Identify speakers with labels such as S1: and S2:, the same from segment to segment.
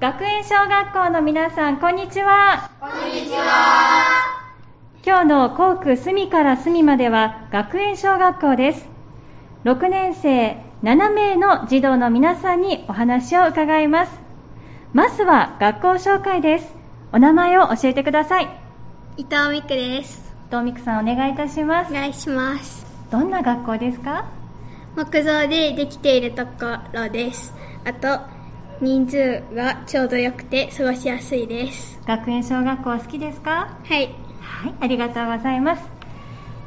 S1: 学園小学校の皆さんこんにちは
S2: こんにちは。
S1: 今日の校区隅から隅までは学園小学校です6年生7名の児童の皆さんにお話を伺いますまずは学校紹介ですお名前を教えてください
S3: 伊藤美久です。
S1: トミクさんお願いいたしま
S3: お
S1: す
S3: 願いします。
S1: どんな学校ですか
S3: 木造でできているところです。あと、人数がちょうど良くて過ごしやすいです。
S1: 学園小学校好きですか
S3: はい。
S1: はい、ありがとうございます。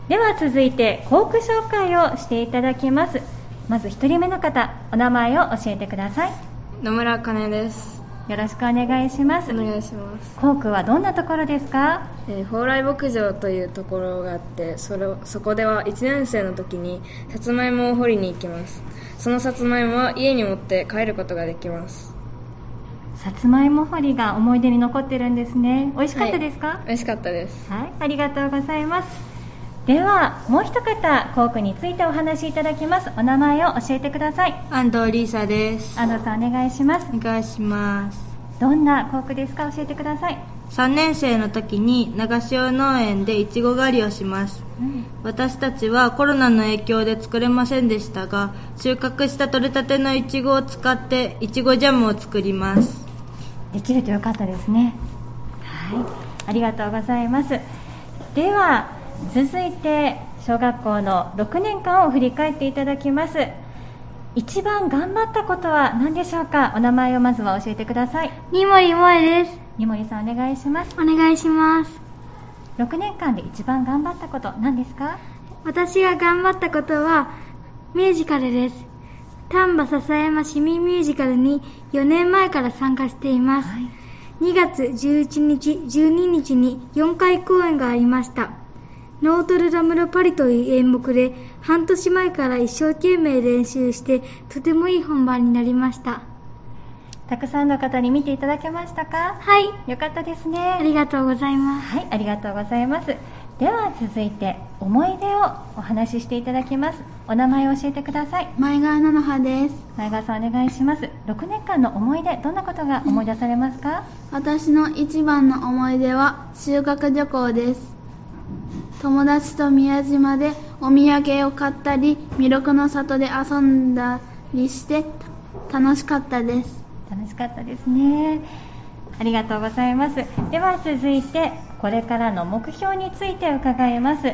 S1: では続いて校区紹介をしていただきます。まず1人目の方、お名前を教えてください。
S4: 野村あかねです
S1: よろしくお願いします
S4: お。願いします、
S1: 校区はどんなところですか？
S4: えー、蓬莱牧場というところがあってそれをそこでは1年生の時にさつまいもを掘りに行きますそのさつまいもは家に持って帰ることができます
S1: さつまいも掘りが思い出に残ってるんですね。美味しかったですか？
S4: 美味しかったです
S1: はい、ありがとうございます。ではもう一方、校区についてお話しいただきます。お名前を教えてください。
S5: 安藤リーサです。
S1: 安藤さんお願いします。
S5: お願いします。
S1: どんな校区ですか？教えてください。
S5: 3年生の時に長潮農園でいちご狩りをします。
S1: うん
S5: 私たちはコロナの影響で作れませんでしたが、収穫した採れたてのいちごを使っていちごジャムを作ります。
S1: できると良かったですね。はい、ありがとうございます。では続いて小学校の6年間を振り返っていただきます。一番頑張ったことは何でしょうか。お名前をまずは教えてください。
S3: にもりもえです。
S1: 二森さんお願いします。
S3: お願いします。
S1: 6年間で一番頑張ったこと何ですか。
S3: 私が頑張ったことは、ミュージカルです。丹波篠山市民ミュージカルに4年前から参加しています。
S1: はい、
S3: 2月11日、12日に4回公演がありました。ノートルダム・のパリという演目で、半年前から一生懸命練習して、とてもいい本番になりました。
S1: たくさんの方に見ていただけましたか。
S3: はい、
S1: よかったですね。
S3: ありがとうございます。
S1: はい、ありがとうございます。では続いて思い出をお話ししていただきます。お名前を教えてください。
S3: 前川菜の葉です。
S1: 前川さんお願いします。6年間の思い出、どんなことが思い出されますか？
S3: 私の一番の思い出は修学旅行です友達と宮島でお土産を買ったり魅力の里で遊んだりして楽しかったです
S1: 楽しかったですね。ありがとうございます。では続いてこれからの目標について伺います。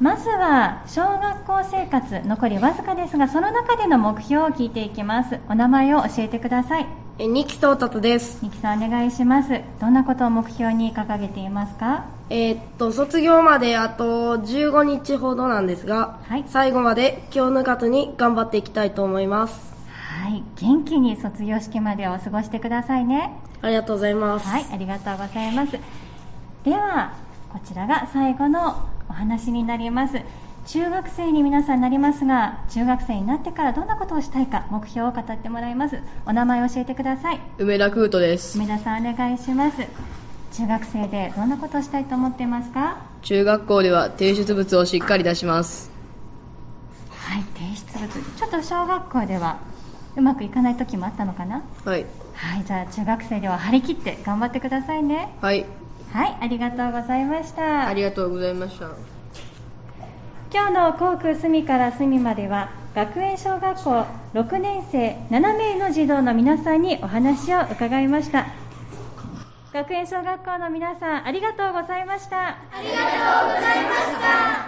S1: まずは小学校生活残りわずかですがその中での目標を聞いていきますお名前を教えてください
S4: えー二期到達です
S1: ミキさんお願いしますどんなことを目標に掲げていますか
S4: えーっと卒業まであと15日ほどなんですが、
S1: はい
S4: 最後まで気を抜かずに頑張っていきたいと思います
S1: はい元気に卒業式までを過ごしてくださいね
S4: ありがとうございます、
S1: はいありがとうございますではこちらが最後のお話になります中学生に皆さんなりますが中学生になってからどんなことをしたいか目標を語ってもらいますお名前を教えてください
S4: 梅田空斗です
S1: 梅田さんお願いします中学生でどんなことをしたいと思っていますか
S4: 中学校では提出物をしっかり出します
S1: はい提出物ちょっと小学校ではうまくいかない時もあったのかな
S4: はい。
S1: はい、じゃあ中学生では張り切って頑張ってくださいね。
S4: はい。
S1: はい、ありがとうございました。
S4: ありがとうございました。
S1: 今日の校区隅から隅までは、学園小学校6年生7名の児童の皆さんにお話を伺いました。学園小学校の皆さん、ありがとうございました。ありがとうございました。